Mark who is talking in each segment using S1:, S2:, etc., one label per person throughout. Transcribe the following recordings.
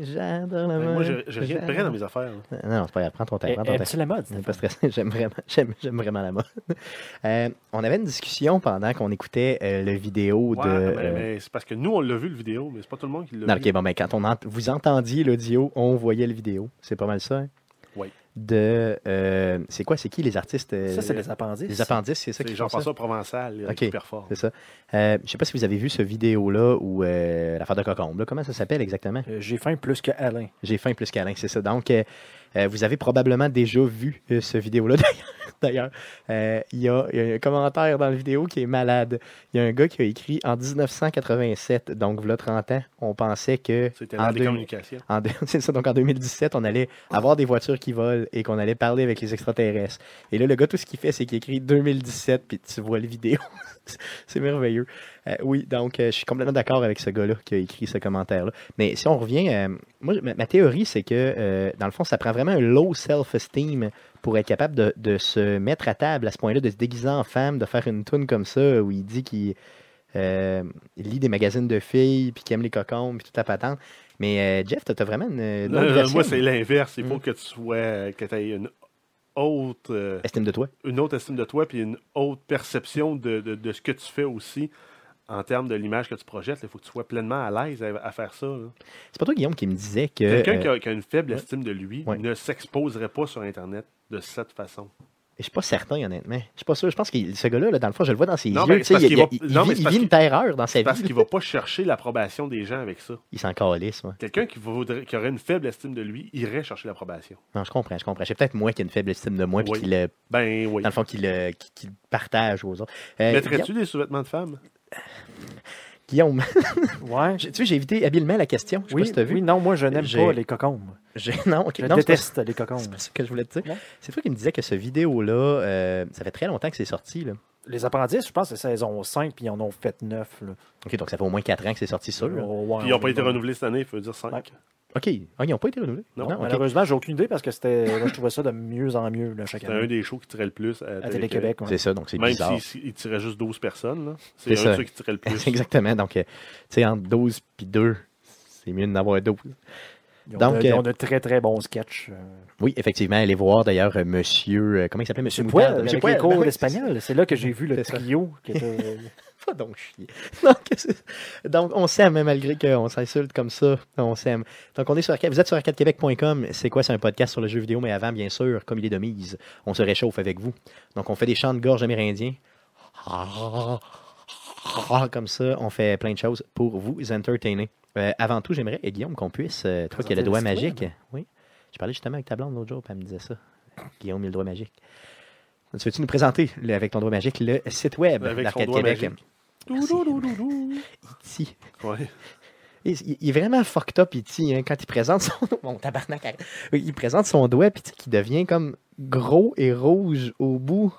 S1: J'adore la
S2: Ouais,
S1: mode.
S2: Ben, Moi, je, je rien de près dans mes Eh, affaires. là.
S1: Non, non, c'est pas grave. Prends ton temps. Prends ton temps.
S3: C'est la mode.
S1: C'est pas stressant. J'aime vraiment, j'aime, j'aime vraiment la mode. Euh, on avait une discussion pendant qu'on écoutait euh, le vidéo
S2: Ouais, ah, ben,
S1: de.
S2: mais,
S1: euh,
S2: mais c'est parce que nous, on l'a vu, le vidéo, mais c'est pas tout le monde qui l'a
S1: Non,
S2: vu.
S1: ok, bon, mais quand on ent- vous entendiez l'audio, on voyait le vidéo. C'est pas mal ça? hein?
S2: Oui.
S1: De. euh, c'est quoi? C'est qui les artistes? euh,
S3: Ça, c'est les appendices.
S1: les appendices, c'est ça
S2: C'est
S1: qui font ça?
S2: Jean-François Provençal, là,
S1: Ok.
S2: qui performe.
S1: C'est ça. Euh, je sais pas si vous avez vu ce vidéo-là ou euh, l'affaire de Cocombe. là. Comment ça s'appelle exactement?
S3: Euh, J'ai faim plus que Alain.
S1: J'ai faim plus câlin, c'est ça. Donc, euh, euh, vous avez probablement déjà vu euh, ce vidéo-là. D'ailleurs- D'ailleurs, euh, il y, a- il y a un commentaire dans la vidéo qui est malade. Il y a un gars qui a écrit en 1987, donc voilà 30 ans, on pensait que.
S2: C'était
S1: en
S2: dans des
S1: deux-
S2: communications.
S1: en deux- c'est ça, donc en 2017, on allait avoir des voitures qui volent et qu'on allait parler avec les extraterrestres. Et là, le gars, tout ce qu'il fait, c'est qu'il écrit 2017, puis tu vois les vidéos. c'est merveilleux. Euh, oui, donc euh, je suis complètement d'accord avec ce gars-là qui a écrit ce commentaire-là. Mais si on revient, euh, moi, ma, ma théorie, c'est que, euh, dans le fond, ça prend vraiment un low self-esteem pour être capable de, de se mettre à table à ce point-là, de se déguiser en femme, de faire une toune comme ça où il dit qu'il euh, il lit des magazines de filles, puis qu'il aime les cocons, puis toute la patente. Mais euh, Jeff, t'as t'as vraiment une. une
S2: Non,
S1: autre
S2: non,
S1: version.
S2: moi, c'est l'inverse. Il
S1: Mm.
S2: faut que tu sois, euh, que tu aies une haute, euh,
S1: Estime de toi.
S2: une haute estime de toi, puis une haute perception de, de- de ce que tu fais aussi en termes de l'image que tu projettes. Il faut que tu sois pleinement à l'aise à, à faire ça. là.
S1: C'est pas toi, Guillaume, qui me disais que.
S2: Quelqu'un
S1: euh,
S2: qui, a- qui a une faible estime de lui
S1: Ouais.
S2: ne s'exposerait pas sur Internet de cette façon.
S1: euh, Je suis pas certain, honnêtement. Je suis pas sûr. Je pense que ce gars-là, là, dans le fond, je le vois dans ses
S2: Non,
S1: yeux.
S2: mais
S1: tu sais,
S2: c'est
S1: Il,
S2: parce qu'il va-
S1: il- il
S2: non, mais
S1: vit,
S2: c'est
S1: il
S2: parce
S1: vit une terreur dans sa
S2: Parce
S1: vie.
S2: qu'il va pas chercher l'approbation des gens avec ça.
S1: Il s'en calisse, moi.
S2: Quelqu'un qui, voudrait- qui aurait une faible estime de lui irait chercher l'approbation.
S1: Non, je comprends, je comprends. C'est peut-être moi qui ai une faible estime de moi, puis
S2: Oui.
S1: qui le,
S2: Ben oui.
S1: dans le fond, qui le, qui- qui le partage aux autres. Euh,
S2: Mettrais-tu des sous-vêtements de femme?
S1: Guillaume,
S3: Ouais.
S1: tu sais, j'ai évité habilement la question. Je sais pas
S3: Oui,
S1: si t'as vu.
S3: oui, non, moi, je n'aime
S1: J'ai-
S3: pas les cocombes.
S1: J'ai- Non, ok.
S3: Je
S1: non, c'est pas ça.
S3: déteste les
S1: C'est
S3: cocombes.
S1: pas ça que je voulais te dire.
S3: Non?
S1: C'est toi qui me disais que ce vidéo-là, euh, ça fait très longtemps que c'est sorti. Là.
S3: Les appendices, je pense que c'est saison 5, puis ils en ont fait 9. Là.
S1: OK, donc ça fait au moins 4 ans que c'est sorti ça. là.
S3: Oh, ouais,
S2: Puis ils n'ont
S3: on
S2: pas
S3: est
S2: été
S3: bon.
S2: renouvelés cette année, il faut dire 5.
S3: Ouais.
S1: OK. Ah, ils n'ont pas été renouvelés.
S2: Non,
S1: OK.
S3: Malheureusement, j'ai aucune idée parce que c'était. Moi, je trouvais ça de mieux en mieux là, chaque
S2: C'était un
S3: année.
S2: des shows qui tirait le plus à,
S3: À Télé-Québec. ouais.
S1: C'est ça, donc c'est
S2: Même
S1: bizarre.
S2: s'ils tiraient juste 12 personnes, là, c'est
S1: C'est
S2: un
S1: ça.
S2: de ceux qui tirait le plus.
S1: Exactement. Donc, euh, tu sais, entre 12 puis 2, c'est mieux d'en avoir 12.
S3: Ils ont
S1: Donc,
S3: de-
S1: euh,
S3: ils ont de très très bons sketchs. euh,
S1: Oui, effectivement, allez voir d'ailleurs euh, monsieur. euh, comment il s'appelait Monsieur
S3: Monsieur
S1: Moutarde
S3: Poel,
S1: Monsieur
S3: avec
S1: Poel,
S3: les
S1: ben
S3: cours
S1: oui,
S3: d'espagnol. C'est là que j'ai vu le
S1: C'est ça.
S3: trio qui était. euh,
S1: Pas donc chier. Donc, c'est- donc, on s'aime, hein, malgré qu'on s'insulte comme ça. On s'aime. Donc, on est sur Arcade- Vous êtes sur arcadequebec.com. C'est quoi? C'est un podcast sur le jeu vidéo, mais avant, bien sûr, comme il est de mise, on se réchauffe avec vous. Donc, on fait des chants de gorge amérindiens. Comme ça, on fait plein de choses pour vous entertainer. Euh, avant tout, j'aimerais, eh, Guillaume, qu'on puisse. euh, toi qui as le
S3: Présenter
S1: doigt
S3: le site
S1: magique. Oui. Je parlais justement avec ta blonde l'autre jour, puis elle me disait ça. Guillaume, il a le doigt magique. Tu veux-tu nous présenter, le- avec ton doigt magique, le site web
S2: Avec son
S1: d'Arcade
S2: doigt
S1: Québec?
S2: magique. Doudoudoudoudou.
S1: Ici.
S2: Ouais.
S1: Il, il- il est vraiment fucked up, E.T., hein, quand il présente son... Mon tabarnak, arrête. Il présente son doigt, puis tu sais, qu'il devient comme gros et rouge au bout,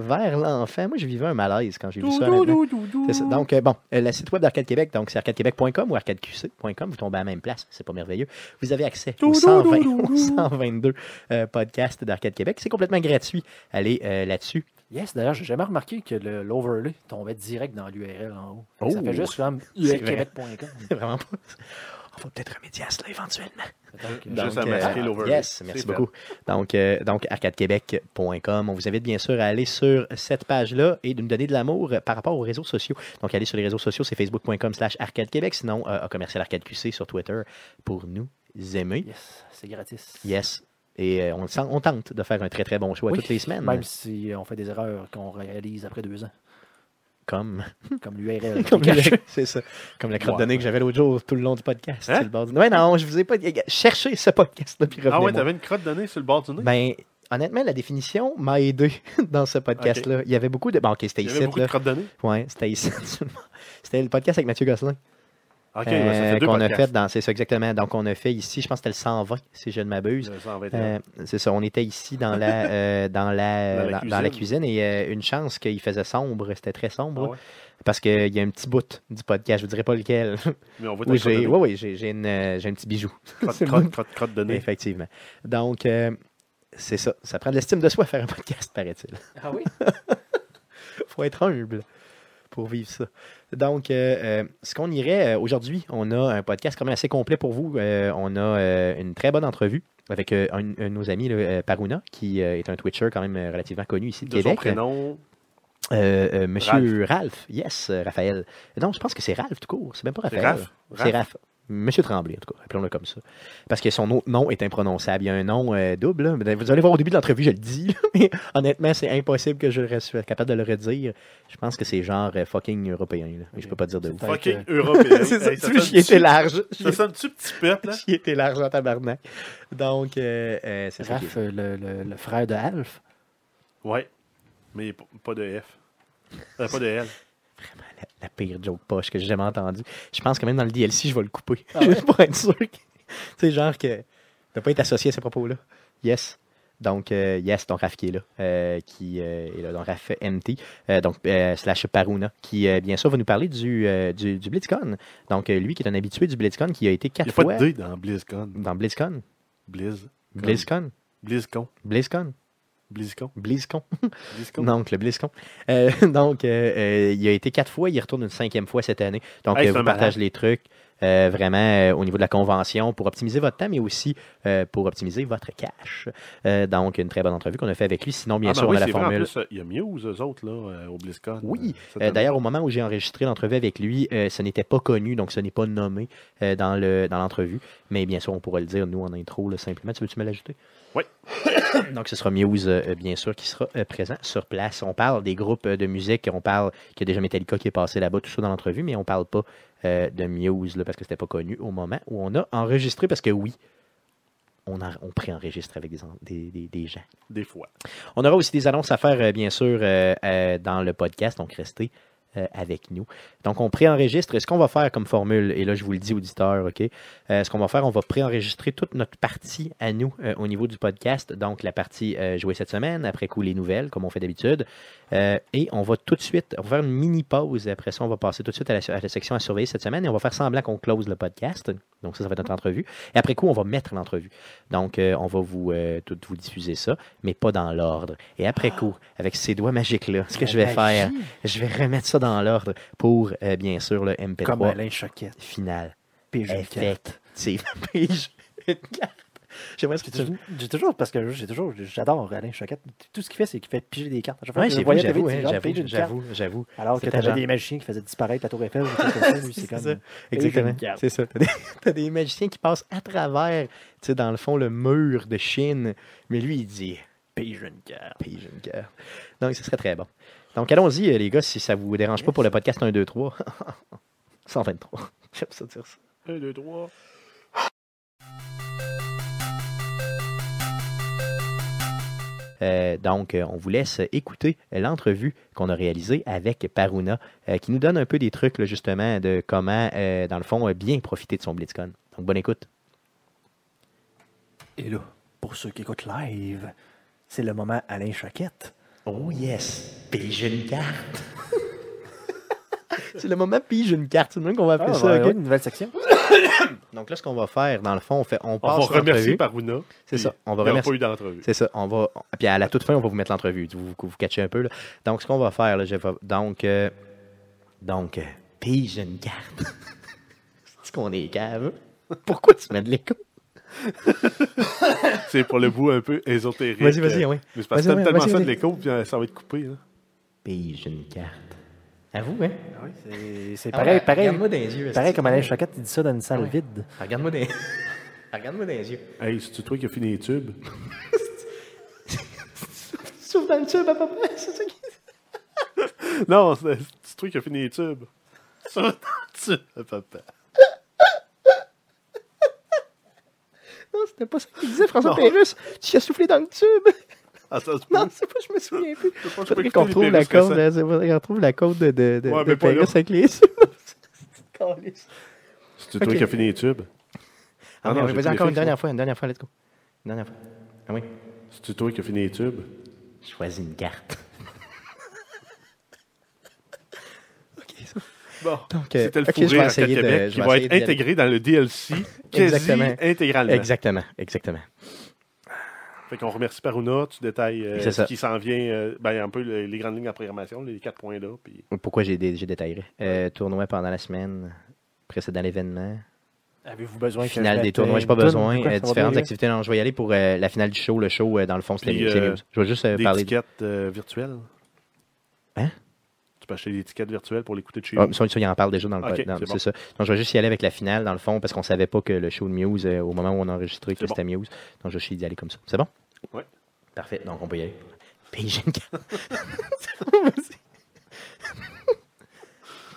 S1: vers l'enfant. Moi, je vivais un malaise quand j'ai vu ça. honnêtement. C'est ça. Donc, euh, bon, euh, le site web d'Arcade Québec, donc c'est arcadequebec.com ou arcadeqc.com, vous tombez à la même place, c'est pas merveilleux. Vous avez accès aux 120, aux 122 euh, podcasts d'Arcade Québec. C'est complètement gratuit. Allez euh, là-dessus.
S3: Yes, d'ailleurs, j'ai jamais remarqué que le- l'overlay tombait direct dans l'URL en haut.
S1: Oh!
S3: ça fait juste comme
S1: C'est vrai.
S3: urquebec.com.
S1: C'est vraiment pas. On va peut-être remédier à cela éventuellement.
S3: Donc, euh,
S1: Donc,
S2: Juste à masquer
S1: euh,
S2: l'overlay.
S1: Yes,
S2: C'est
S1: merci
S2: fait.
S1: beaucoup. Donc, euh, donc arcadequebec.com. On vous invite bien sûr à aller sur cette page-là et de nous donner de l'amour euh, par rapport aux réseaux sociaux. Donc, allez sur les réseaux sociaux, c'est facebook.com slash arcadequebec, sinon euh, à commercial arcadeqc sur Twitter pour nous aimer.
S3: Ah, Yes, c'est gratis.
S1: Yes. Et euh, on, le sent- on tente de faire un très très bon choix
S3: Oui,
S1: toutes les semaines.
S3: Même si on fait des erreurs qu'on réalise après deux ans,
S1: Comme,
S3: comme l'URL.
S1: Hmm. comme la, c'est ça. Comme la crotte
S2: Ouais.
S1: de nez que j'avais l'autre jour tout le long du podcast.
S2: Hein?
S1: sur le bord du- Ouais, non, je vous ai pas. Cherchez ce podcast-là puis
S2: Ah ouais,
S1: revenez-moi.
S2: t'avais une crotte de nez sur le bord du nez?
S1: Ben, honnêtement, la définition m'a aidé dans ce podcast-là. Il y avait beaucoup de. Bon, ok, c'était
S2: Il y
S1: ici,
S2: avait beaucoup
S1: là.
S2: de crottes de nez?
S1: Ouais, c'était ici. C'était le podcast avec Mathieu Gosselin.
S2: OK,
S1: euh,
S2: ouais, ça fait deux
S1: qu'on a
S2: podcasts.
S1: fait dans. C'est ça, exactement. Donc, on a fait ici, je pense que c'était le 120, si je ne m'abuse.
S2: Le 121.
S1: Euh, c'est ça, on était ici dans la, euh, dans la,
S2: Dans la
S1: dans- dans la cuisine et euh, une chance qu'il faisait sombre, c'était très sombre,
S2: Ah ouais?
S1: parce qu'il y a un petit bout du podcast, je ne dirais pas lequel.
S2: Mais on va
S1: Oui, j'ai oui, oui, j'ai- j'ai une, euh, j'ai un petit bijou,
S2: crotte,
S1: c'est
S2: crotte,
S1: bon.
S2: crotte, crotte de nez.
S1: effectivement. Donc, euh, c'est ça, ça prend de l'estime de soi faire un podcast, paraît-il.
S3: Ah oui?
S1: faut être humble pour vivre ça. Donc, euh, euh, ce qu'on irait euh, aujourd'hui, on a un podcast quand même assez complet pour vous. Euh, on a euh, une très bonne entrevue avec euh, un, un de nos amis, là, euh, Paruna, qui euh, est un Twitcher quand même euh, relativement connu ici de,
S2: De son
S1: Québec.
S2: prénom.
S1: Euh, euh, Monsieur Ralph. yes, euh, Raphaël. Non, je pense que c'est Ralph tout court, c'est même pas
S2: C'est
S1: Raphaël.
S2: Raph.
S1: C'est euh, Raph. Monsieur Tremblay, en tout cas, appelons-le comme ça. Parce que son autre nom est imprononçable. Il y a un nom euh, double. là. Mais Vous allez voir au début de l'entrevue, je le dis, là, mais honnêtement, c'est impossible que je le sois capable de le redire. Je pense que c'est genre euh, fucking européen, là. mais je peux pas dire de où.
S3: Fait
S2: Fucking
S3: que-
S2: européen.
S1: c'est ça,
S2: Hey,
S1: tu vois,
S2: sonne-tu-
S1: j'y étais large.
S2: Ça sonne-tu petit peuple, là?
S1: J'y étais large en tabarnak. Donc, euh, euh, c'est ça. qui est-
S3: Raph, euh, le, le- le frère de Alf.
S2: Ouais. Mais p- pas de F. Euh, pas de L.
S1: la, la pire joke poche que j'ai jamais entendue. Je pense que même dans le DLC, je vais le couper. Juste pour être sûr. que- Tu sais, genre que. De pas être associé à ces propos-là. Yes. Donc, euh, yes, donc Raph qui est là. euh, qui euh, est là. Donc, Raph MT. euh, donc, euh, slash Paruna. Qui, euh, bien sûr, va nous parler du, euh, du, du BlizzCon. Donc, euh, lui qui est un habitué du BlizzCon, qui a été
S2: Il n'y
S1: quatre
S2: a pas
S1: fois
S2: de D dans BlizzCon.
S1: dans BlizzCon.
S2: Blizz.
S1: BlizzCon.
S2: BlizzCon.
S1: BlizzCon.
S2: BlizzCon.
S1: BlizzCon.
S2: BlizzCon.
S1: Donc, le BlizzCon. Euh, donc, euh, euh, il a été quatre fois, il retourne une cinquième fois cette année. Donc,
S2: Hey,
S1: euh,
S2: c'est un
S1: vous
S2: malade.
S1: partagez les trucs euh, vraiment euh, au niveau de la convention pour optimiser votre temps, mais aussi euh, pour optimiser votre cash. Euh, donc, une très bonne entrevue qu'on a fait avec lui. Sinon, bien
S2: Ah, ben
S1: sûr, on
S2: oui,
S1: a la
S2: c'est vrai, en
S1: formule.
S2: plus, euh, il y a Muse, eux autres, là, euh, au BlizzCon.
S1: Oui,
S2: euh,
S1: Euh,
S2: cette année.
S1: D'ailleurs, au moment où j'ai enregistré l'entrevue avec lui, euh, ce n'était pas connu, donc ce n'est pas nommé euh, dans le- dans l'entrevue. mais bien sûr, on pourra le dire, nous, en intro, là, simplement. Tu veux-tu me l'ajouter?
S2: Oui.
S1: donc, ce sera Muse, euh, euh, bien sûr, qui sera euh, présent sur place. On parle des groupes euh, de musique, on parle qu'il y a déjà Metallica qui est passé là-bas, tout ça dans l'entrevue, mais on parle pas euh, de Muse, là, parce que c'était pas connu au moment où on a enregistré, parce que oui, on, en- on préenregistre avec des en- des- des- des gens.
S2: Des fois.
S1: On aura aussi des annonces à faire, euh, bien sûr, euh, euh, dans le podcast, donc restez euh, avec nous. Donc, on préenregistre. Ce qu'on va faire comme formule, et là, je vous le dis, auditeur, OK? euh, ce qu'on va faire, on va préenregistrer toute notre partie à nous euh, au niveau du podcast. Donc, la partie euh, jouée cette semaine, après coup, les nouvelles, comme on fait d'habitude. Euh, et on va tout de suite, on va faire une mini pause. Après ça, on va passer tout de suite à la, à la section à surveiller cette semaine et on va faire semblant qu'on close le podcast. Donc, ça, ça va être notre entrevue. Et après coup, on va mettre l'entrevue. Donc, euh, on va vous, euh, tout, vous diffuser ça, mais pas dans l'ordre. Et après coup, avec ces doigts magiques-là, ce que je vais faire, je vais remettre ça dans l'ordre pour, euh, bien sûr, le MP3
S3: Comme Alain Choquette.
S1: final.
S3: PG
S1: Effect. C'est page une carte. J'aimerais ce que tu
S3: J'ai j'ai toujours, parce que j'ai toujours, j'adore Alain Choquette. Tout ce qu'il fait, c'est qu'il fait piger des cartes. À chaque fois
S1: Ouais,
S3: que
S1: j'ai
S3: je voyais
S1: vu,
S3: à la
S1: j'avoue,
S3: télé,
S1: hein,
S3: c'est genre, pige
S1: j'avoue,
S3: une carte.
S1: j'avoue, j'avoue.
S3: Alors que
S1: C'était
S3: t'avais
S1: genre-
S3: des magiciens qui faisaient disparaître la tour Eiffel. ou des trucs comme ça, lui, c'est
S1: C'est
S3: comme-
S1: ça.
S3: Et j'ai une
S1: Exactement.
S3: carte.
S1: C'est ça. T'as des, t'as des magiciens qui passent à travers, tu sais, dans le fond, le mur de Chine. Mais lui, il dit
S3: Pige une carte.
S1: Pige une carte. Donc, ce serait très bon. Donc, allons-y, euh, les gars, si ça vous dérange pas pour le podcast 1, 2, 3. 123. J'aime ça dire ça.
S2: 1, 2, 3.
S1: Euh, donc, euh, on vous laisse écouter l'entrevue qu'on a réalisée avec Paruna, euh, qui nous donne un peu des trucs, là, justement, de comment, euh, dans le fond, euh, bien profiter de son BlitzCon. Donc, bonne écoute.
S3: Et là, pour ceux qui écoutent live, c'est le moment Alain Choquette.
S1: Oh yes, pige une carte. C'est le moment pige une carte, c'est le même qu'on va
S2: Ah,
S1: appeler ça. ok?
S3: Ah, une nouvelle section.
S1: Donc là, ce qu'on va faire, dans le fond, on fait, on
S2: On va
S1: passe
S2: remercier
S1: l'entrevue.
S2: Paruna.
S1: C'est ça, on
S2: On
S1: va
S2: n'a
S1: remercier.
S2: pas eu d'entrevue.
S1: C'est ça, on va. Puis à la toute fin, on va vous mettre l'entrevue. Vous, vous, vous catchez un peu. Là. Donc, ce qu'on va faire, là, je vais- donc, euh, donc, euh, pige une carte. C'est qu'on est cave. Pourquoi tu mets de l'écho?
S2: C'est pour le bout un peu ésotérique.
S1: Vas-y, vas-y,
S2: euh,
S1: oui.
S2: Mais c'est parce que
S1: Vas-y,
S2: t'aimes
S1: ouais,
S2: tellement
S1: vas-y,
S2: ça de
S1: vas-y.
S2: l'écho, puis euh, ça va être coupé. hein.
S1: Pige une carte. À vous, hein?
S3: C'est- C'est
S1: Ah,
S3: pareil,
S1: ouais,
S3: pareil,
S1: Regarde-moi dans les yeux.
S3: pareil
S1: esti.
S3: comme Alain Choquette, il dit ça dans une salle
S1: Ouais.
S3: vide.
S1: Regarde-moi dans... Regarde-moi dans les yeux.
S2: Hey, c'est-tu toi qui as fini les tubes?
S1: Souffle dans le tube à papa. C'est ça qui.
S2: Non, c'est c'est toi qui as fini les tubes. Ça va dans le tube, papa.
S1: Non, c'était pas ça qu'il disait, François
S2: Non.
S1: Pérusse. Tu as soufflé dans le tube.
S2: Ah, ça se peut.
S1: Non, c'est pas, je me souviens plus.
S2: Je pense que je peux
S1: Faudrait
S2: écouter
S1: qu'on
S2: les
S1: retrouve la
S2: Pérusse
S1: code,
S2: récents.
S1: euh, c'est vrai, qu'on retrouve la code de, de, de,
S2: Ouais,
S1: de
S2: mais pas
S1: Pérusse
S2: là.
S1: avec les. Calice.
S2: C'est toi qui as fini les tubes.
S1: Ah,
S2: Ah
S1: mais
S2: non,
S1: oui,
S2: j'ai
S1: vas-y
S2: plus
S1: encore
S2: les
S1: une
S2: filles,
S1: dernière fois, une dernière fois, let's go. Une dernière fois. Ah oui.
S2: C'est toi qui as fini les tubes.
S1: Choisis une carte. ok, ça.
S2: Bon,
S1: Donc, euh,
S2: c'était le
S1: ok,
S2: fou
S1: je vais
S2: rire à
S1: essayer de-
S2: Québec
S1: je
S2: qui
S1: vais
S2: va
S1: essayer
S2: être
S1: d'y aller.
S2: intégré dans le DLC quasi
S1: Exactement.
S2: intégralement.
S1: Exactement, exactement.
S2: Fait qu'on remercie Paruna, tu détailles euh,
S1: C'est
S2: ce
S1: ça.
S2: qui s'en vient, euh, ben, un peu le- les grandes lignes de la programmation, les quatre points là. Puis...
S1: Pourquoi j'ai dé- j'ai détaillé Euh, Tournoi pendant la semaine, précédent l'événement,
S3: Avez-vous besoin que
S1: finale
S3: je
S1: des
S3: mette,
S1: tournois,
S3: euh,
S1: j'ai pas
S3: une toune?
S1: besoin,
S3: Pourquoi
S1: euh,
S3: ça va
S1: différentes
S3: bien,
S1: activités. Non, je vais y aller pour euh, la finale du show. Le show, euh, dans le fond, c'était
S2: Puis,
S1: les- c'est
S2: euh,
S1: news. Je vais juste euh,
S2: des
S1: parler. de-
S2: tickets euh, virtuelles.
S1: Hein?
S2: Tu peux acheter des tickets virtuelles pour l'écouter de chez
S1: Ah,
S2: vous.
S1: ça, ça, il en parle déjà dans le
S2: Ok,
S1: pod- dans-
S2: c'est
S1: C'est
S2: bon.
S1: ça. Donc, je vais juste y aller avec la finale, dans le fond, parce qu'on savait pas que le show de Muse, euh, au moment où on a enregistré, que
S2: C'est bon.
S1: c'était Muse. Donc, je vais juste y aller comme ça. C'est bon?
S2: Ouais.
S1: Parfait. Donc, on peut y aller. Pays une carte.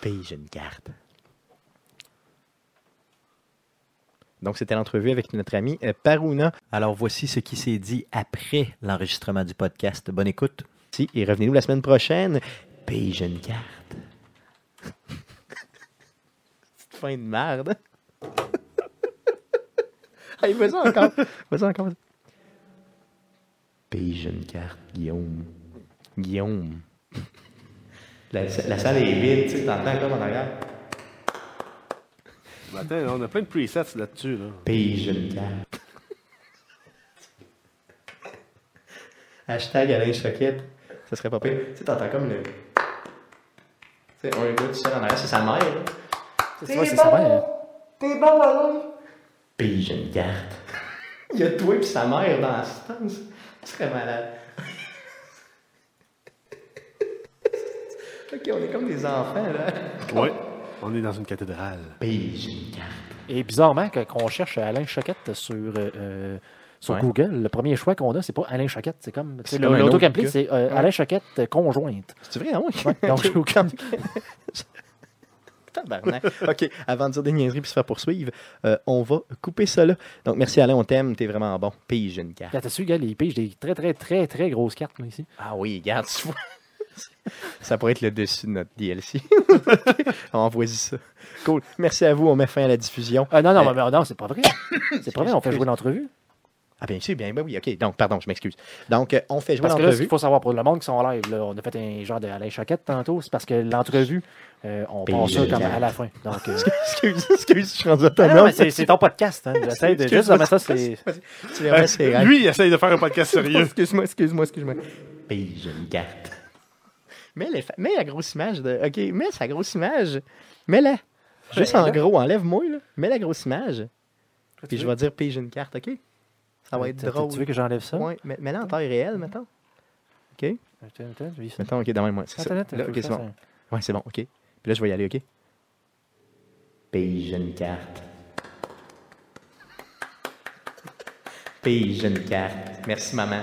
S1: Pays une carte. Donc, c'était l'entrevue avec notre ami euh, Paruna.
S4: Alors voici ce qui s'est dit après l'enregistrement du podcast. Bonne écoute.
S1: Si, et revenez-nous la semaine prochaine. Pays une carte. Petite fin de merde. Allez, vas-y encore. Vas-y encore. Pays une carte, Guillaume. Guillaume. La, la salle est vide, tu sais, t'entends comme en arrière.
S2: Ben, Attends, on a plein de presets là-dessus. Là.
S1: Pays une carte. Hashtag Alain Choquette. Ça serait pas pire. Tu sais, t'entends comme le. Tu sais, on est tout seul en arrière, c'est sa mère, hein. là.
S3: C'est ouais, c'est ça, ouais.
S1: Puis j'ai une carte. Il y a toi et sa mère dans l'assistance. Tu serais malade. ok, on est comme des enfants, là.
S2: Ouais, on est dans une cathédrale.
S1: Puis j'ai une carte.
S3: Et bizarrement, quand on cherche Alain Choquette sur, euh, euh, sur
S1: Ouais.
S3: Google, le premier choix qu'on a, c'est pas Alain Choquette. C'est comme.
S1: C'est
S3: tu sais,
S1: comme un
S3: le-
S1: autre
S3: L'auto-gameplay,
S1: gars.
S3: c'est euh,
S1: Ouais.
S3: Alain Choquette euh, conjointe.
S1: C'est vrai, hein? oui?
S3: Ouais, donc, j'ai aucun.
S1: Tabarnak. OK, avant de dire des niaiseries puis se faire poursuivre, euh, on va couper ça là. Donc, merci Alain, on t'aime, t'es vraiment bon. Puis j'ai une carte.
S3: Là, T'as-tu, gars, les piges, des très, très, très, très grosses cartes, là, ici.
S1: Ah oui, regarde, tu vois. Ça pourrait être le dessus de notre DLC. Envoie-y ça. Cool. Merci à vous. On met fin à la diffusion.
S3: Ah non, non,
S1: Euh,
S3: mais- non, c'est pas vrai. C'est pas vrai, on fait jouer l'entrevue.
S1: Ah bien sûr, bien, ben oui, ok. Donc, pardon, je m'excuse. Donc, euh, on fait jouer
S3: Parce que là, ce qu'il
S1: l'entrevue.
S3: faut savoir pour le monde qui sont en live, là, on a fait un genre d'Alain Choquette tantôt, c'est parce que l'entrevue, euh, on
S1: Pige
S3: passe ça comme
S1: quatre.
S3: à la fin. Donc, euh,
S1: Excuse, excuse, je suis rendu
S3: ah non,
S1: autonome.
S3: mais c'est c'est ton podcast. Hein. J'essaie de juste de mettre ça, c'est.
S1: Tu verras, c'est
S2: Euh,
S1: grave.
S2: lui, il essaye de faire un podcast sérieux.
S1: Oh, Excuse-moi, excuse-moi, excuse-moi. Puis je me garde. Mets, les fa- mets la grosse image de. Ok, mets sa grosse image. Mets-la. Juste en gros, enlève-moi, là. Mets la grosse image. Puis je vais dire pige une carte, ok? Ça va être
S3: Attends, Tu veux
S1: drôle.
S3: que j'enlève ça?
S1: Ouais, mais- Mets-la en taille réelle, mettons.
S3: Attends, attends, je vis ça.
S1: Mettons, ok, dans le moi. C'est ça.
S3: Attends, attends,
S1: Là,
S3: faut
S1: ok,
S3: que je
S1: c'est
S3: fasse
S1: bon.
S3: un-
S1: Ouais, c'est bon, ok. Puis là, je vais y aller, ok? Pige une carte. Pige une carte. Merci, maman.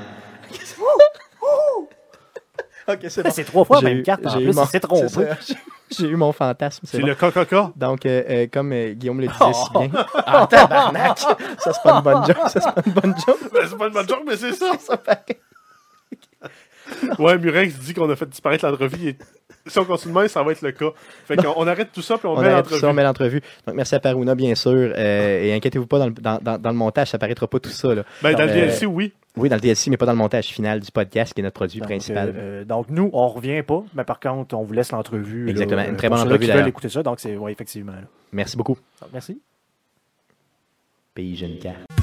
S1: ok, c'est bon.
S3: C'est trois fois la
S1: J'ai
S3: même
S1: eu-
S3: carte. En
S1: j'ai eu
S3: plus,
S1: mon-
S3: il s'est trompé.
S1: c'est ça. J'ai eu mon fantasme, c'est
S2: C'est
S1: bon.
S2: le KKK.
S1: Donc, euh, euh, comme euh, Guillaume le disait si bien... Ah, tabarnak! Ça, c'est pas une bonne joke, ça, c'est pas une bonne joke.
S2: Ben, c'est pas une bonne joke, mais c'est ça.
S1: Ça, pareil.
S2: Ouais, Murex dit qu'on a fait disparaître l'entrevue. et Si on continue demain, ça va être le cas. Fait qu'on on arrête tout ça, puis on,
S1: On
S2: met
S1: arrête ça, on
S2: l'entrevue.
S1: met l'entrevue. Donc, merci à Paruna, bien sûr. euh, et inquiétez-vous pas, dans le, dans, dans- dans le montage, ça paraîtra pas tout ça, là.
S2: Ben, dans
S1: Non,
S2: le
S1: mais-
S2: DLC, oui.
S1: Oui, dans le DLC, mais pas dans le montage final du podcast, qui est notre produit
S3: Donc,
S1: principal.
S3: euh, euh, donc, nous, on revient pas, mais par contre, on vous laisse l'entrevue. là,
S1: Exactement, une
S3: euh,
S1: très
S3: pour
S1: bonne
S3: ceux-là
S1: entrevue,
S3: qui
S1: d'ailleurs.
S3: veulent écouter ça, donc c'est ouais, effectivement. là.
S1: Merci beaucoup.
S3: Donc, merci.
S1: Pays jeune carte.